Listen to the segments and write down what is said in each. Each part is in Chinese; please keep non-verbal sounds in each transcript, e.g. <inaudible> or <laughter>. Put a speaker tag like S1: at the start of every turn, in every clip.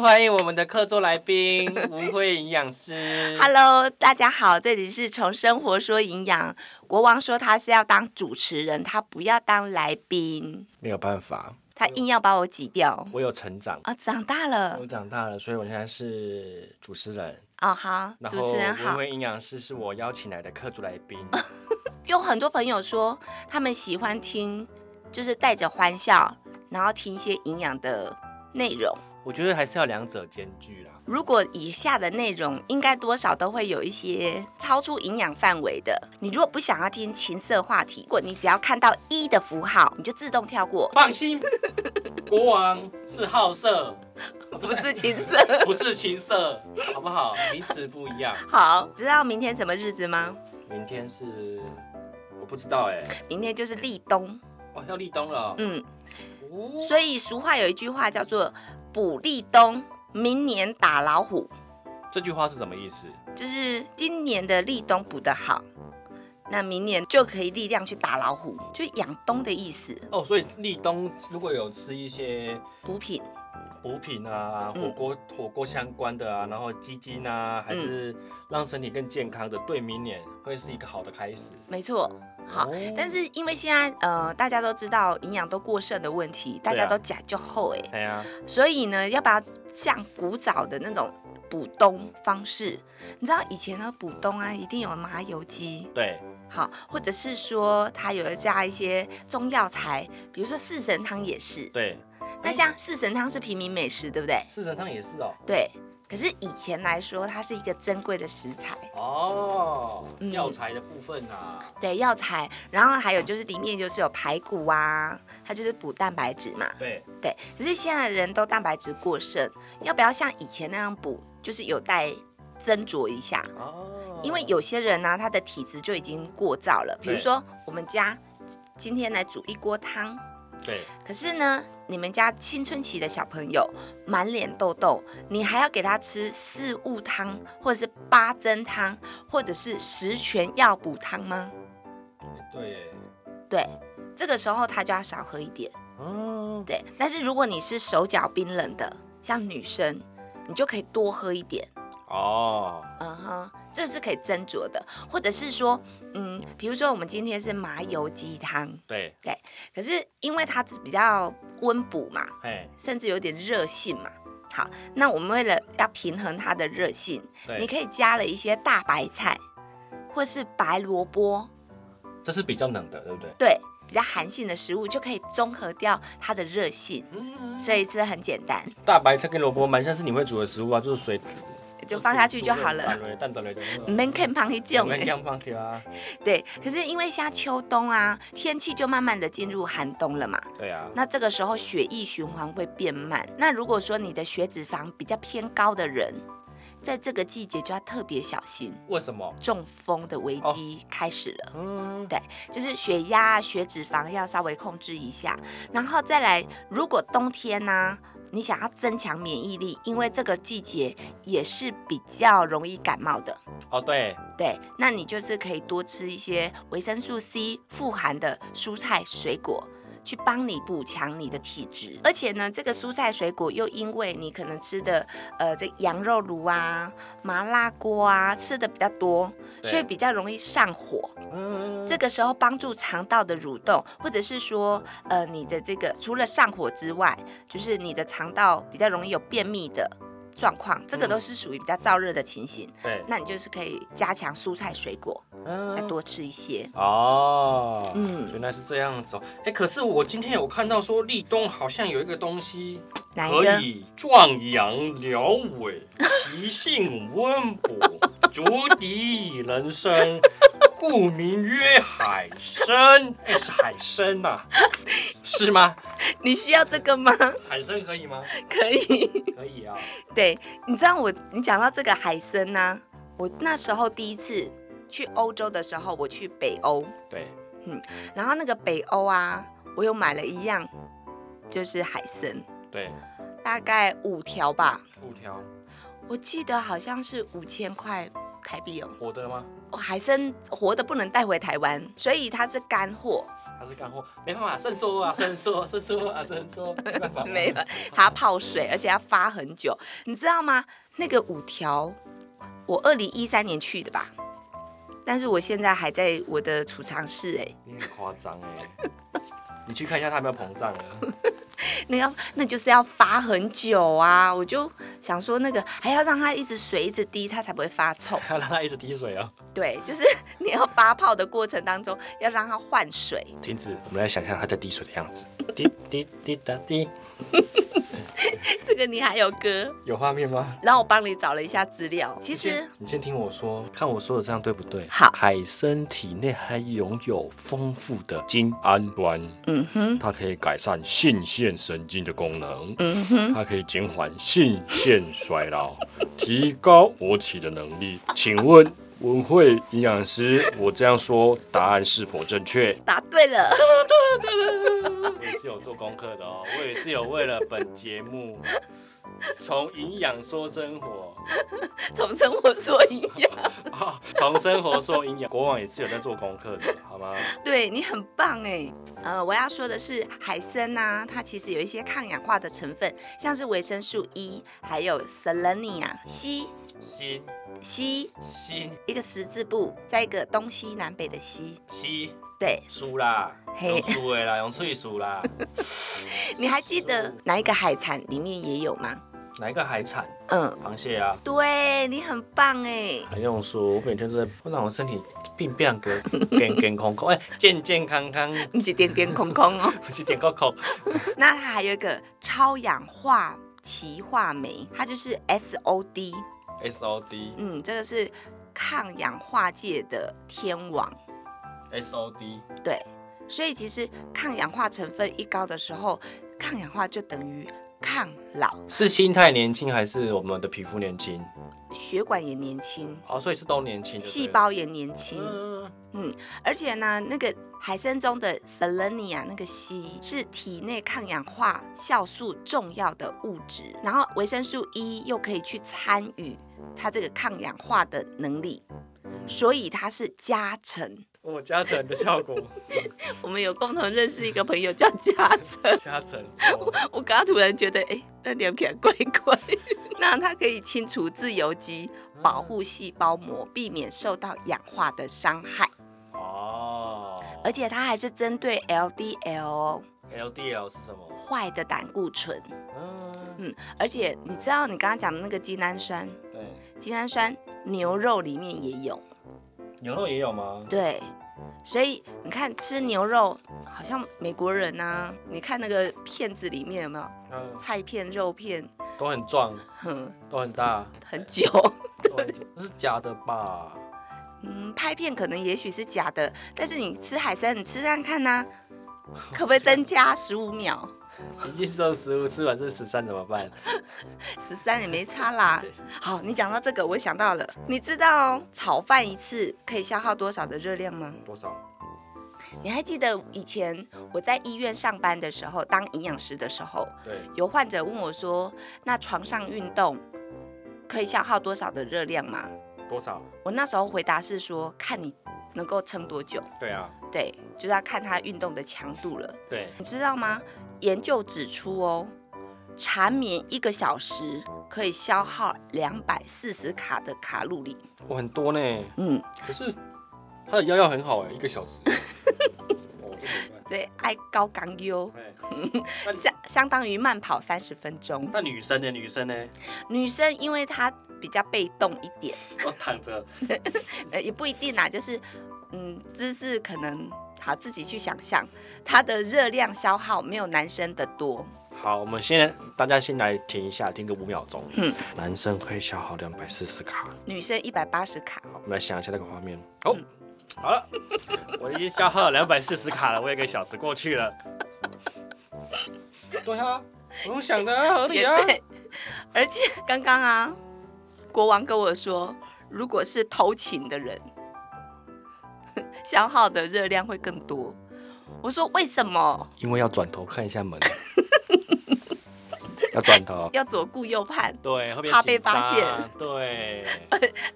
S1: 欢迎我们的客座来
S2: <laughs>
S1: 宾吴慧营养师。
S2: Hello，大家好，这里是从生活说营养。国王说他是要当主持人，他不要当来宾，
S3: 没有办法，
S2: 他硬要把我挤掉
S3: 我有成长，
S2: 啊！长大了
S3: 我长大了，所以我现在是主持人。
S2: 哦，好，
S3: 然
S2: 主
S3: 后
S2: 持人
S3: 文
S2: 好。
S3: 文营养师是我邀请来的客座来
S2: <laughs>
S3: 宾，
S2: 有很多朋友说他们喜欢听，就是带着欢笑，然后听一些营养的内容。
S3: 我觉得还是要两者兼具啦。
S2: 如果以下的内容应该多少都会有一些超出营养范围的，你如果不想要听情色话题，如果你只要看到一的符号，你就自动跳过，
S1: 放
S2: <laughs>
S1: 心，国王是好色，
S2: 不是情色。
S3: <laughs>
S1: 不是情色，好不好？彼此不一样。
S2: 好，知道明天什么日子吗？
S3: 明天是我不知道哎、
S2: 明天就是立冬，
S1: 哦，要立冬了哦。
S2: 嗯，
S1: 哦
S2: 所以俗话有一句话叫做“补立冬，明年打老虎
S3: 这句话是什么意思？”，
S2: 就是今年的立冬补得好，那明年就可以力量去打老虎，就养冬的意思。
S3: 哦，所以立冬如果有吃一些
S2: 补品
S3: 补品啊，
S2: 嗯
S3: 火锅、火锅相关的啊，然后鸡精啊，还是让身体更健康的，对明年会是一个好的开始。
S2: 没错。好
S3: 哦，
S2: 但是因为现在呃，大家都知道营养都过剩的问题，大
S3: 对
S2: 家
S3: 啊
S2: 都假就厚哎、
S3: 哎呀、
S2: 所以呢，要把它像古早的那种补冬方式，你知道以前呢补冬啊，一定有麻油鸡，
S3: 对，
S2: 好，或者是说它有加一些中药材，比如说四神汤也是。
S3: 对，
S2: 那像四神汤是平民美食，对不对？
S3: 四神汤也是哦。
S2: 对。可是以前来说，它是一个珍贵的食材，
S3: 哦，
S2: 嗯
S3: 药材的部分啊，
S2: 对药材。然后还有就是里面就是有排骨啊，它就是补蛋白质嘛。
S3: 对，
S2: 对，可是现在的人都蛋白质过剩，要不要像以前那样补，就是有待斟酌一下。
S3: 哦，
S2: 因为有些人呢、他的体质就已经过燥了。比如
S3: 对
S2: 说我们家今天来煮一锅汤，
S3: 对，
S2: 可是呢，你们家青春期的小朋友满脸痘痘，你还要给他吃四物汤，或者是八珍汤，或者是十全药补汤吗？
S3: 对耶，
S2: 对，这个时候他就要少喝一点。
S3: 哦，
S2: 对，但是如果你是手脚冰冷的，像女生，你就可以多喝一点。
S3: 哦，
S2: 嗯哼，这是可以斟酌的，或者是说，嗯，比如说我们今天是麻油鸡汤，
S3: 对，
S2: 可是因为它比较温补嘛，
S3: 哎，
S2: 甚至有点热性嘛。好，那我们为了要平衡它的热性，
S3: 对，
S2: 你可以加了一些大白菜，或是白萝卜，
S3: 这是比较冷的，对不对？
S2: 对，比较寒性的食物就可以中和掉它的热性，
S3: 嗯
S2: 所以是很简单，
S3: 大白菜跟萝卜蛮像是你会煮的食物啊，就是水
S2: 就放下去就好了。
S3: 蛋蕊蛋蛋蕊的那种
S2: 你们看旁一
S3: 我
S2: 种
S3: 们
S2: 欸
S3: 这样放掉啊，
S2: <laughs> 对，可是因为现在秋冬啊，天气就慢慢的进入寒冬了嘛，
S3: 对啊，
S2: 那这个时候血液循环会变慢。那如果说你的血脂肪比较偏高的人，在这个季节就要特别小心，
S3: 为什么？
S2: 中风的危机开始了。
S3: 嗯，
S2: 对，就是血压、血脂肪要稍微控制一下，然后再来，如果冬天呢、啊你想要增强免疫力，因为这个季节也是比较容易感冒的。
S3: 哦，对，
S2: 对，那你就是可以多吃一些维生素 C 富含的蔬菜水果。去帮你补强你的体质，而且呢，这个蔬菜水果又因为你可能吃的呃这羊肉炉啊、麻辣锅啊吃的比较多，
S3: 对
S2: 所以比较容易上火。
S3: 嗯，
S2: 这个时候帮助肠道的蠕动，或者是说呃你的这个除了上火之外，就是你的肠道比较容易有便秘的状况，
S3: 嗯
S2: 这个都是属于比较燥热的情形。
S3: 对，
S2: 那你就是可以加强蔬菜水果，再
S3: 嗯，
S2: 多吃一些。
S3: 哦，
S2: 嗯
S3: 原来是这样子哦。哎，可是我今天有看到说立冬好像有一个东西，
S2: 哪一
S3: 可
S2: 个？
S3: 以壮阳疗痿，其性温
S2: <laughs>
S3: 补，足以以人参，故名曰海参。哎、是海参呐、
S2: <laughs>
S3: 是吗？
S2: 你需要这个吗？ <laughs>
S3: 海参可以吗？
S2: 可以。
S3: 可以啊。
S2: 对，你知道我，你讲到这个海参呢、我那时候第一次去欧洲的时候，我去北欧，
S3: 对，
S2: 然后那个北欧啊，我有买了一样，就是海参，
S3: 对，
S2: 大概五条吧，
S3: 五条。
S2: 我记得好像是五千块凯必勇，
S3: 活的吗？
S2: 哦海参活的不能带回台湾，所以它是干货，
S3: 它是干货，没办法，伸缩啊，伸缩，伸缩啊，伸缩， <laughs> 没办法，
S2: 没有，它要泡水，而且要发很久，你知道吗？那个五条，我二零一三年去的吧，但是我现在还在我的储藏室哎、
S3: 你很夸张哎，你去看一下它有没有膨胀啊 <laughs> 了。
S2: 那要那就是要发很久啊！我就想说，那个还要让它一直水一直滴，它才不会发臭。
S3: 要让它一直滴水啊！
S2: 对，就是你要发泡的过程当中，要让它换水。 <laughs>
S3: 停止，我们来想象它在滴水的样子。滴滴滴答滴，
S2: 这个你还有歌，
S3: 有画面吗？
S2: 然后我帮你找了一下资料。其实
S3: 你先听我说，看我说的这样对不对？
S2: 好
S3: 海参体内还拥有丰富的精氨酸，嗯哼，它可以改善性腺神经的功能，嗯哼，它可以减缓性腺衰老， <laughs> 提高勃起的能力。请问文慧营养师，我这样说答案是否正确？
S2: 答对了，
S3: 我也是有做功课的哦，我也是有为了本节目，从营养说生活，
S2: 从生活说一样。
S3: 啊 <laughs> 从、生活说营养，国王也是有在做功课的，好吗？
S2: 对你很棒哎。呃，我要说的是，海参呐、它其实有一些抗氧化的成分，像是维生素 E，还有 selenia、硒、
S3: 心
S2: 硒，
S3: 心
S2: 一个十字部，再一个东西南北的西。
S3: 西
S2: 对，
S3: 输啦，
S2: 嘿
S3: 用输的啦，用脆输啦。
S2: 你还记得哪一个海产里面也有吗？
S3: 哪一个海产？
S2: 嗯，
S3: 螃蟹啊，
S2: 对你很棒哎。
S3: 还用说？我每天都在会让我身体病变
S2: <laughs>
S3: 个健健康康，哎、健健康康，
S2: 不是点点空空哦， <laughs>
S3: 不是点个口。
S2: 那它还有一个超氧化歧化酶，它就是 SOD，
S3: S O D
S2: 嗯，这个是抗氧化界的天王，
S3: S O D，
S2: 对，所以其实抗氧化成分一高的时候，抗氧化就等于抗老，
S3: 是心态年轻还是我们的皮肤年轻？
S2: 血管也年轻，
S3: 哦，所以是都年轻就对了
S2: 细。胞也年轻，
S3: 嗯，
S2: 而且呢，那个海参中的 selenia 那个硒是体内抗氧化酵素重要的物质，然后维生素 E 又可以去参与它这个抗氧化的能力，所以它是加成。
S3: 我加成的效果，
S2: 我们有共同认识一个朋友叫加成，
S3: 加成。
S2: 我刚刚突然觉得，哎、那聊起来怪怪。 <laughs> 那它可以清除自由基，保护细胞膜，避免受到氧化的伤害，
S3: 哦
S2: 而且它还是针对 LDL 哦
S3: ，LDL 是什么？
S2: 坏的胆固醇。
S3: 嗯，
S2: 嗯，而且你知道你刚刚讲的那个精氨酸，
S3: 对，
S2: 精氨酸牛肉里面也有，
S3: 牛肉也有吗？
S2: 对。所以你看吃牛肉，好像美国人啊，你看那个片子里面有没有
S3: 嗯，
S2: 菜片、肉片，
S3: 都很壮，
S2: 哼，
S3: 都很大，
S2: 很久。
S3: 都很那是假的吧？
S2: 嗯，拍片可能也许是假的，但是你吃海参，你吃看看呐、可不可以增加十五秒？
S3: 你一周十五，吃完这十三怎么办？
S2: 十三也没差啦
S3: 对。
S2: 好，你讲到这个，我想到了，你知道炒饭一次可以消耗多少的热量吗？
S3: 多少？
S2: 你还记得以前我在医院上班的时候，当营养师的时候，
S3: 对，
S2: 有患者问我说：“那床上运动可以消耗多少的热量吗
S3: 多少？？”
S2: 我那时候回答是说：“看你能够撑多久，
S3: 对啊，
S2: 对，就是要看他运动的强度了。”
S3: 对，
S2: 你知道吗？研究指出哦，缠绵一个小时可以消耗两百四十卡的卡路里。
S3: 我很多呢。
S2: 嗯，
S3: 可是它的药药很好哎，一个小时。哦，这怎么办？
S2: 所以爱高港优，
S3: 哎
S2: 相相当于慢跑三十分钟。
S3: 那女生呢？女生呢？
S2: 女生因为她比较被动一点，
S3: 我躺着。
S2: 呃，也不一定啦，就是嗯，姿势可能好自己去想象，她的热量消耗没有男生的多。
S3: 好，我们现在大家先来停一下，停个五秒钟。
S2: 嗯，
S3: 男生可以消耗两百四十卡。
S2: 女生一百八十卡，
S3: 好，我们来想一下那个画面。哦，好了， <laughs> 我已经消耗了两百四十卡了，我有一个小时过去了。 <laughs> 对啊，我用想的啊，合理
S2: 也
S3: 啊。
S2: 对，而且哦 <laughs> 刚刚啊，国王跟我说，如果是偷情的人， <laughs> 消耗的热量会更多。我说为什么？
S3: <laughs> 因为要转头看一下门。
S4: 要转头，
S2: 要左顾右盼，
S3: 对，会被
S2: 怕被
S3: 紧张
S2: 发现，
S3: 对，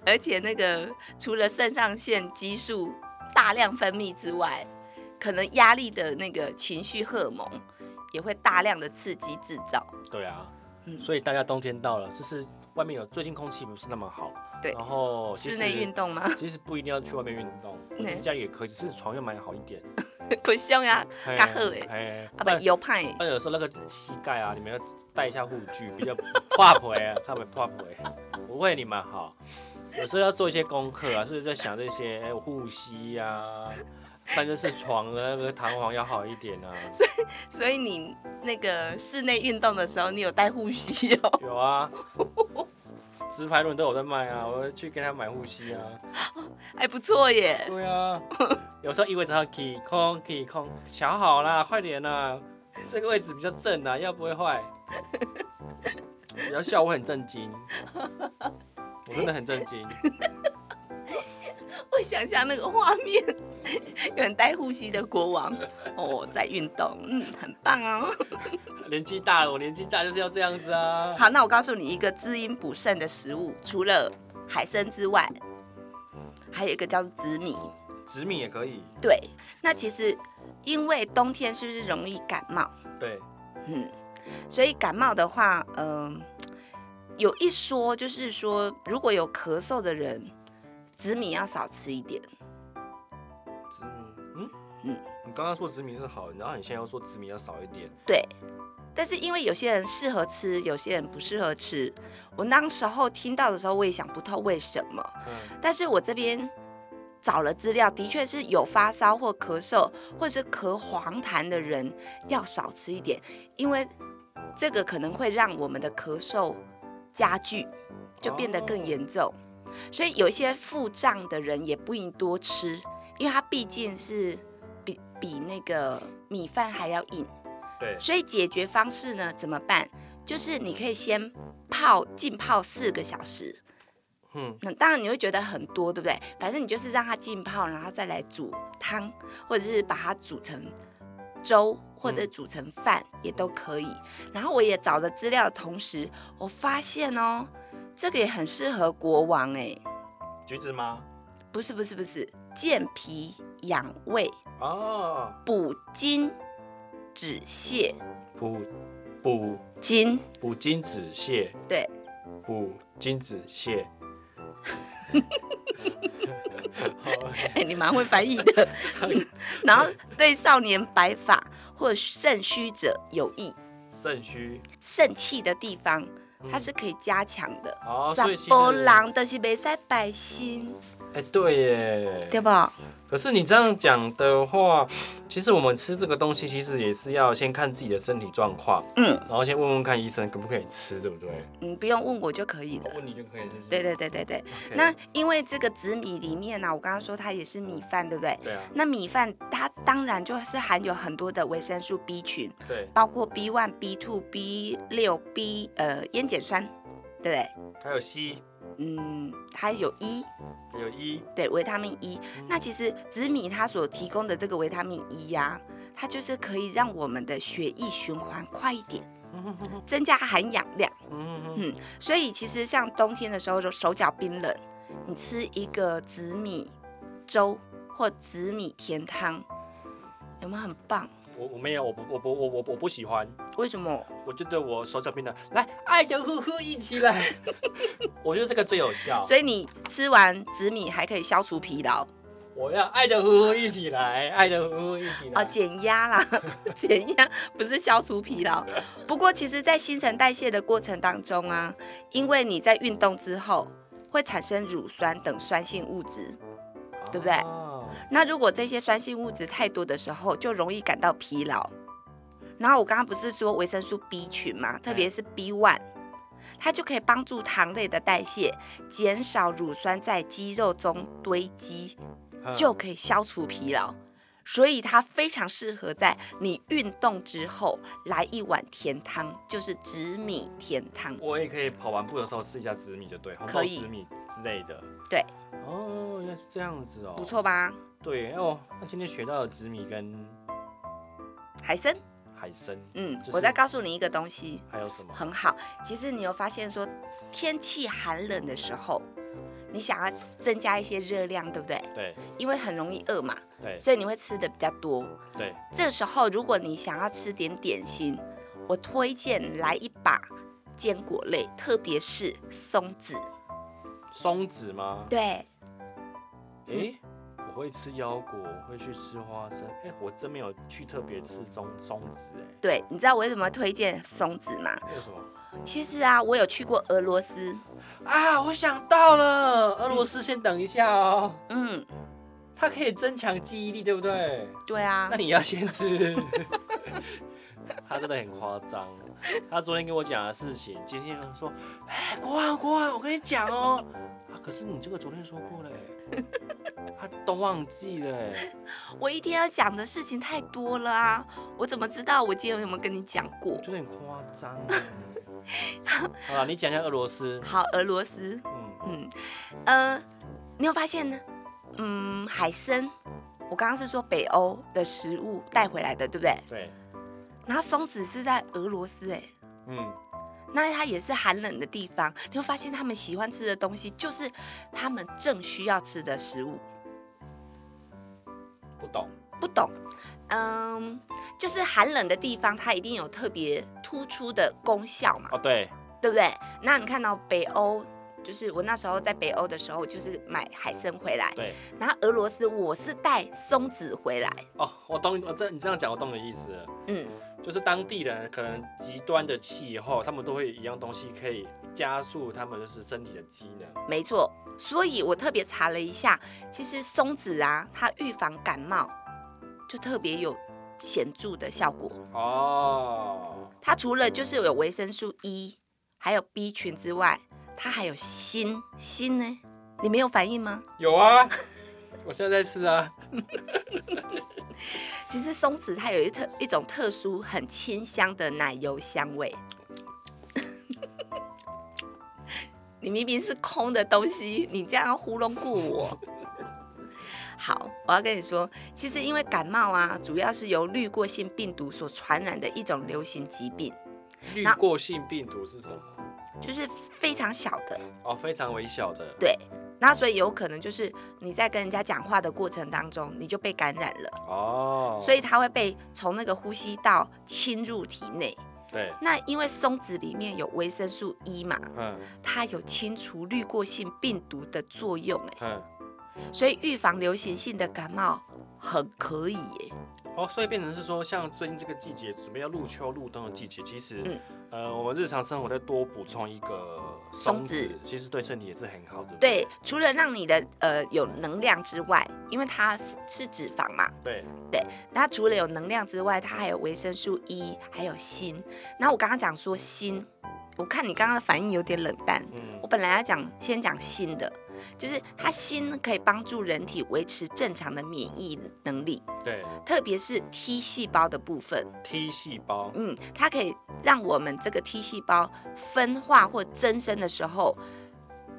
S2: 而且那个除了肾上腺激素大量分泌之外，可能压力的那个情绪荷尔蒙也会大量的刺激制造。
S3: 对啊
S2: 嗯，
S3: 所以大家冬天到了，就是外面有最近空气不是那么好，
S2: 对
S3: 然后其
S2: 室
S3: 实
S2: 内运动吗？ <laughs>
S3: 其实不一定要去外面运动，我觉得家里也可以，只是床要买好一点，
S2: 可香呀，
S3: 嘿
S2: 较好欸
S3: 嘿
S2: 啊
S3: 不然
S2: 不，油派
S3: 不然有时候那个膝盖啊，你们要带一下护具，比较怕腿啊，怕没怕腿，不会你们好。有时候要做一些功课啊，所以在想这些哎护膝啊， <laughs> 但就是床啊的那个弹簧要好一点啊。
S2: 所以你那个室内运动的时候，你有带护膝哦，
S3: 有啊，直排轮都有在卖啊，我去给他买护膝啊。
S2: 还不错耶。
S3: 对啊，有时候意味着要起空起空，瞧好啦，快点 <laughs> 啦，这个位置比较正啊，要不会坏。你要笑我很震惊，我真的很震惊。
S2: 我想象那个画面， <laughs> 有人带护膝的国王哦，在运动，嗯，很棒哦。
S3: 年纪大了，我年纪大就是要这样子啊。
S2: 好，那我告诉你一个滋阴补肾的食物，除了海参之外，还有一个叫做紫米。
S3: 紫米也可以，
S2: 对，那其实因为冬天是不是容易感冒？
S3: 对，
S2: 嗯，所以感冒的话，嗯、有一说就是说，如果有咳嗽的人，紫米要少吃一点。
S3: 紫米，嗯
S2: 嗯
S3: 你刚刚说紫米是好，然后你现在又说紫米要少一点，
S2: 对，但是因为有些人适合吃，有些人不适合吃。我那时候听到的时候，我也想不透为什么。
S3: 嗯
S2: 但是我这边找了资料，的确是有发烧或咳嗽，或者是咳黄痰的人要少吃一点，因为这个可能会让我们的咳嗽加剧，就变得更严重。所以有一些腹胀的人也不宜多吃，因为它毕竟是比比那个米饭还要硬。
S3: 对，
S2: 所以解决方式呢，怎么办？就是你可以先泡浸泡四个小时。
S3: 嗯，
S2: 那当然你会觉得很多，对不对？反正你就是让它浸泡，然后再来煮汤，或者是把它煮成粥，或者煮成饭、也都可以。然后我也找了资料的同时，我发现哦，这个也很适合国王哎，
S3: 橘子吗？
S2: 不是不是不是，健脾养胃、
S3: 哦，
S2: 补精、止泻、
S3: 补补
S2: 筋，
S3: 补精子蟹，
S2: 对。
S3: 补精子蟹，
S2: 哎、你蛮会翻译
S3: <laughs>
S2: 的。然后对少年白发或肾虚者有益，
S3: 肾虚。
S2: 肾气的地方它是可以加强的。
S3: 哦，
S2: 咋
S3: 所以其实，
S2: 波浪都是没在百心，
S3: 哎、对耶，
S2: 对吧？
S3: 可是你这样讲的话，其实我们吃这个东西，其实也是要先看自己的身体状况，
S2: 嗯
S3: 然后先问问看医生可不可以吃，对不对？
S2: 你嗯不用问我就可以了
S3: 我。问你就可以，就是
S2: 对对对对对。
S3: OK
S2: 那因为这个紫米里面呢、啊我刚刚说它也是米饭，对不对？
S3: 对啊，
S2: 那米饭它当然就是含有很多的维生素 B 群，
S3: 对，啊
S2: 包括 B one、B two、B 六、B 呃烟碱酸，对不对？
S3: 还有硒，
S2: 嗯，它有 E，
S3: 还有一，
S2: 对，维他命 E。那其实紫米它所提供的这个维他命 E 呀、它就是可以让我们的血液循环快一点，增加含氧量。
S3: 嗯，
S2: 所以其实像冬天的时候，就手脚冰冷，你吃一个紫米粥或紫米甜汤，有没有很棒？
S3: 我我没有，我不我不我我我不喜欢，
S2: 为什么？
S3: 我觉得我手脚冰冷，来，爱的呼呼一起来，
S2: <laughs>
S3: 我觉得这个最有效。
S2: 所以你吃完紫米还可以消除疲劳
S3: 我要爱的呼呼一起来，爱的呼呼一起来。
S2: 哦，减压啦， <laughs> 减压不是消除疲劳。不过其实，在新陈代谢的过程当中啊，因为你在运动之后会产生乳酸等酸性物质，对不对
S3: 哦
S2: 那如果这些酸性物质太多的时候，就容易感到疲劳。然后我刚刚不是说维生素 B 群嘛，特别是 B one，它就可以帮助糖类的代谢，减少乳酸在肌肉中堆积，
S3: 嗯
S2: 就可以消除疲劳。所以它非常适合在你运动之后来一碗甜汤，就是紫米甜汤。
S3: 我也可以跑完步的时候吃一下紫米就对，红豆
S2: 可以
S3: 紫米之类的。
S2: 对，
S3: 哦，原来是这样子哦，哎
S2: 不。错吧，
S3: 对哦，那今天学到了紫米跟
S2: 海参？
S3: 海参，
S2: 嗯
S3: 就，是
S2: 我再告诉你一个东西，
S3: 还有什么？
S2: 很好。其实你有发现说，天气寒冷的时候，你想要增加一些热量，对不对？
S3: 对
S2: 因为很容易饿嘛，
S3: 对
S2: 所以你会吃的比较多。
S3: 对，
S2: 这时候如果你想要吃点点心，我推荐来一把坚果类，特别是松子。
S3: 松子吗？
S2: 对，
S3: 诶、我会吃腰果，我会去吃花生。诶、我真没有去特别吃松松子、诶，
S2: 对，你知道我为什么推荐松子吗？
S3: 为什么？
S2: 其实啊，我有去过俄罗斯，
S3: 啊，我想到了，俄罗斯先等一下哦，
S2: 嗯，
S3: 它可以增强记忆力，对不对？
S2: 对啊
S3: 那，你要先吃。 <laughs> 他真的很夸张，他昨天跟我讲的事情，今天说，哎、国王国王，我跟你讲哦、啊，可是你这个昨天说过嘞、他都忘记了、欸，
S2: 我一天要讲的事情太多了啊，我怎么知道我今天有没有跟你讲过？
S3: 真的很夸张、欸。好了，你讲一下俄罗斯，
S2: 好，俄罗斯，
S3: 嗯，
S2: 嗯，呃，你有发现呢？嗯，海参，我刚刚是说北欧的食物带回来的，对不对？
S3: 对，
S2: 然后松子是在俄罗斯、哎，
S3: 嗯，
S2: 那它也是寒冷的地方，你会发现他们喜欢吃的东西就是他们正需要吃的食物。
S3: 不懂，
S2: 不懂，嗯，就是寒冷的地方，它一定有特别突出的功效嘛，
S3: 哦，对，
S2: 对不对？那你看到北欧，就是我那时候在北欧的时候，就是买海参回来，
S3: 对，
S2: 然后俄罗斯我是带松子回来，
S3: 哦，我懂，我这你这样讲，我懂你的意思了，
S2: 嗯，
S3: 就是当地人可能极端的气候，他们都会有一样东西可以加速他们就是身体的机能。
S2: 没错。所以我特别查了一下，其实松子啊，它预防感冒就特别有显著的效果。
S3: 哦，
S2: 它除了就是有维生素 E，还有 B 群之外，它还有锌。锌呢？你没有反应吗？
S3: 有啊，我现在在吃啊。
S2: 其实松子它有一特一种特殊很清香的奶油香味。你明明是空的东西，你这样糊弄过我。好，我要跟你说，其实因为感冒啊，主要是由滤过性病毒所传染的一种流行疾病，
S3: 滤
S2: 那
S3: 过性病毒是什么？
S2: 就是非常小的，
S3: 哦，非常微小的。
S2: 对，那所以有可能就是你在跟人家讲话的过程当中，你就被感染了，
S3: 哦，
S2: 所以它会被从那个呼吸道侵入体内。
S3: 对，
S2: 那因为松子里面有维生素 E 嘛，
S3: 嗯
S2: 它有清除滤过性病毒的作用，哎，
S3: 嗯，
S2: 所以预防流行性的感冒很可以耶。
S3: 哦，所以变成是说，像最近这个季节，准备要入秋入冬的季节，其实，
S2: 嗯
S3: 呃，我们日常生活再多补充一个
S2: 松
S3: 子，
S2: 子
S3: 其实对身体也是很好的。
S2: 对，除了让你的呃有能量之外，因为它是脂肪嘛，
S3: 对，
S2: 那除了有能量之外，它还有维生素 E，还有锌。那我刚刚讲说锌，我看你刚刚的反应有点冷淡。
S3: 嗯
S2: 我本来要讲先讲锌的，就是它锌可以帮助人体维持正常的免疫能力，
S3: 对
S2: 特别是 T 细胞的部分。
S3: ，T 细胞，
S2: 嗯，它可以让我们这个 T 细胞分化或增生的时候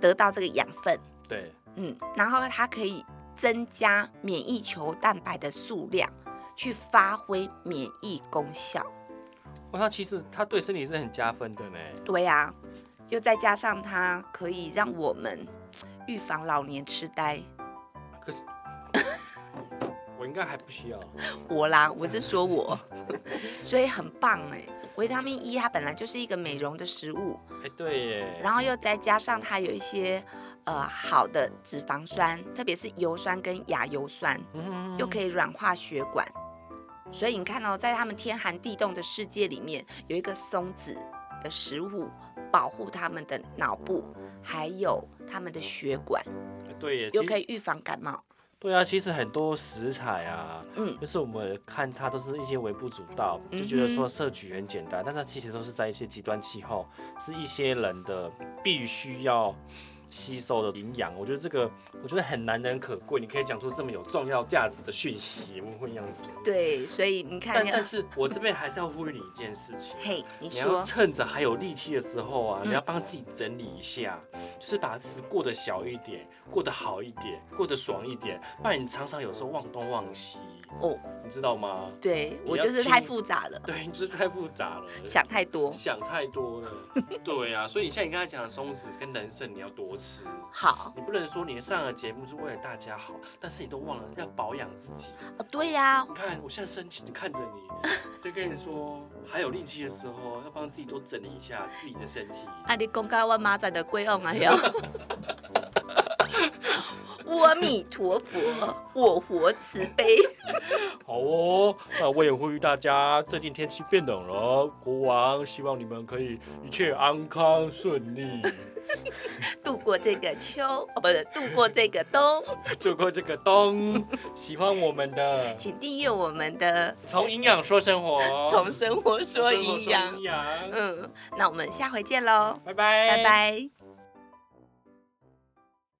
S2: 得到这个养分。
S3: 对，
S2: 嗯，然后它可以增加免疫球蛋白的数量，去发挥免疫功效。
S3: 我它哦其实它对身体是很加分的呢。
S2: 对啊，又再加上它可以让我们预防老年痴呆。
S3: 可
S2: <laughs>
S3: 是我应该还不需要。
S2: 我啦，我是说我， <laughs> 所以很棒哎、维他命 E 它本来就是一个美容的食物，
S3: 哎、对耶，
S2: 然后又再加上它有一些呃好的脂肪酸，特别是油酸跟亚油酸，
S3: 嗯
S2: 又可以软化血管。所以你看哦，在他们天寒地冻的世界里面，有一个松子的食物保护他们的脑部，还有他们的血管，
S3: 哎对耶，
S2: 又
S3: 其
S2: 可以预防感冒。
S3: 对啊，其实很多食材啊，
S2: 嗯
S3: 就是我们看它都是一些微不足道，就觉得说摄取很简单，但它其实都是在一些极端气候，是一些人的必须要吸收的营养。我觉得这个，我觉得很难能可贵。你可以讲出这么有重要价值的讯息，我会这样子。
S2: 对，所以你看
S3: 但，但是我这边还是要呼吁你一件事
S2: <laughs>
S3: 情。
S2: 嘿，你
S3: 你要
S2: 说，嗯
S3: 趁着还有力气的时候啊，你要帮自己整理一下，就是把日子过得小一点，过得好一点，过得爽一点，不然你常常有时候忘东忘西。
S2: 哦，
S3: 你知道吗？ <laughs>
S2: 对
S3: 你
S2: 我
S3: 要
S2: 就是太
S3: 听
S2: 复杂了，
S3: 对，这太复杂了，
S2: 想太多。
S3: 想太多了。对啊，所以像你刚才讲的松子跟人参，你要多吃。
S2: 好，
S3: 你不能说你上了节目是为了大家好，但是你都忘了要保养自己。
S2: 哦，对呀、
S3: 你看我现在生气的看着你，就跟你说，还有力气的时候要帮自己多整理一下自己的身体。
S2: 啊，你公告我妈仔的鬼昂啊哟！阿弥陀佛，我佛慈悲。
S3: 好哦，那我也呼吁大家，最近天气变冷了，国王希望你们可以一切安康顺利， <laughs>
S2: 度过这个秋，哦，不是度过这个冬，
S3: 度过这个冬。喜欢我们的，
S2: 请订阅我们的
S3: 从营养说生 <laughs> 活，
S2: 《从生活说
S3: 生活
S2: 一样》。
S3: 营养，
S2: 嗯，那我们下回见喽，
S3: 拜拜，
S2: 拜拜。